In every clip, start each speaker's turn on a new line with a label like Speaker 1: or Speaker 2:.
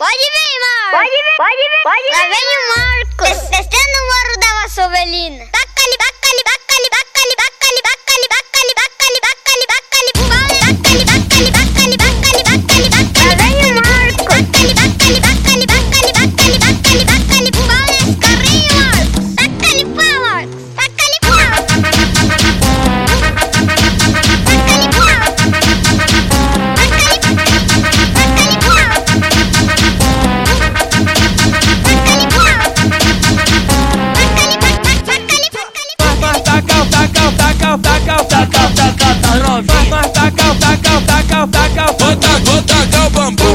Speaker 1: Владимир Марк! Словению Марку! Священному Мару дава Совелин! Баккали, баккали, баккали, баккали, баккали, баккали, баккали, баккали, баккали, баккали, баккали, баккали, баккали, баккали, баккали, баккали, Словению Марку! Баккали, баккали, баккали, баккали, баккали, баккали, баккали, бували, скорей, Марк! Баккали, Паварк! Баккали, Паварк! Баккали, Паварк! Баккали, Баккали, Паварк!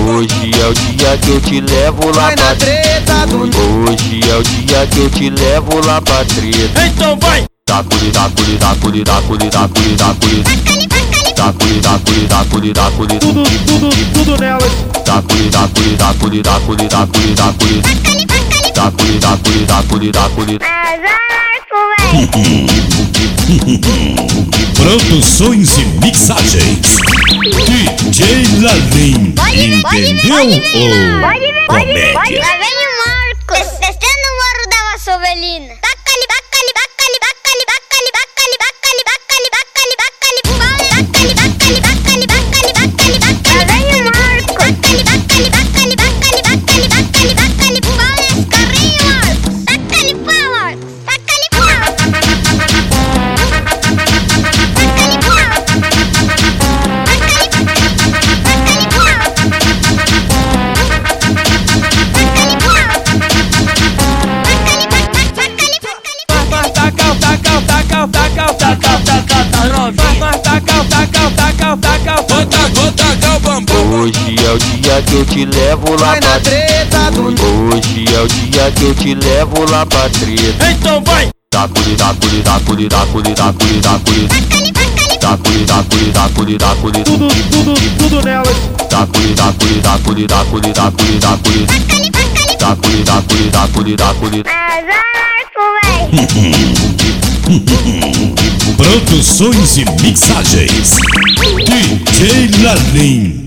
Speaker 2: Hoje é o dia que eu te levo lá
Speaker 3: Vai na
Speaker 2: pra
Speaker 3: treta do
Speaker 2: Hoje é o dia que eu te levo lá pra treta.
Speaker 3: Então vai!
Speaker 2: Tacuri, tacuri, tacuri, tacuri, tacuri, tacuri. Tacuri, tacuri, tacuri, tacuri.
Speaker 3: Tudo, tudo, tudo nelas.
Speaker 2: Tacuri, tacuri, tacuri, tacuri, tacuri, tacuri. Tacuri, tacuri, tacuri, tacuri.
Speaker 4: Produções e mixagens. DJ Lalim. Entendeu ou comédia?
Speaker 1: Avenue Marcos. Descendo o morro da Vassovelina. Bacali, bacali, bacali, bacali, bacali, bacali, bacali, bacali, bacali, bacali, bubale. Bacali, bacali, bacali, bacali, bacali, bacali. Avenue Marcos. Bacali, bacali, bacali, bacali, bacali, bacali, bacali, bubale. Correio Marcos. Bacali, power. Bacali, power. Bacali, power. Bacali, bacali, power.
Speaker 2: Hoje é o dia que eu te levo lá
Speaker 3: Vai na
Speaker 2: pra
Speaker 3: treta do
Speaker 2: Hoje é o dia que eu te levo lá pra treta.
Speaker 3: Então vai!
Speaker 2: Tacuri, tacuri, tacuri, tacuri, tacuri, tacuri. Tacuri, tacuri, tacuri, tacuri.
Speaker 3: Tudo, tudo, tudo nelas.
Speaker 2: Tacuri, tacuri, tacuri, tacuri, tacuri, tacuri. Tacuri, tacuri, tacuri, tacuri.
Speaker 4: Produções e mixagens. DJ Lalim.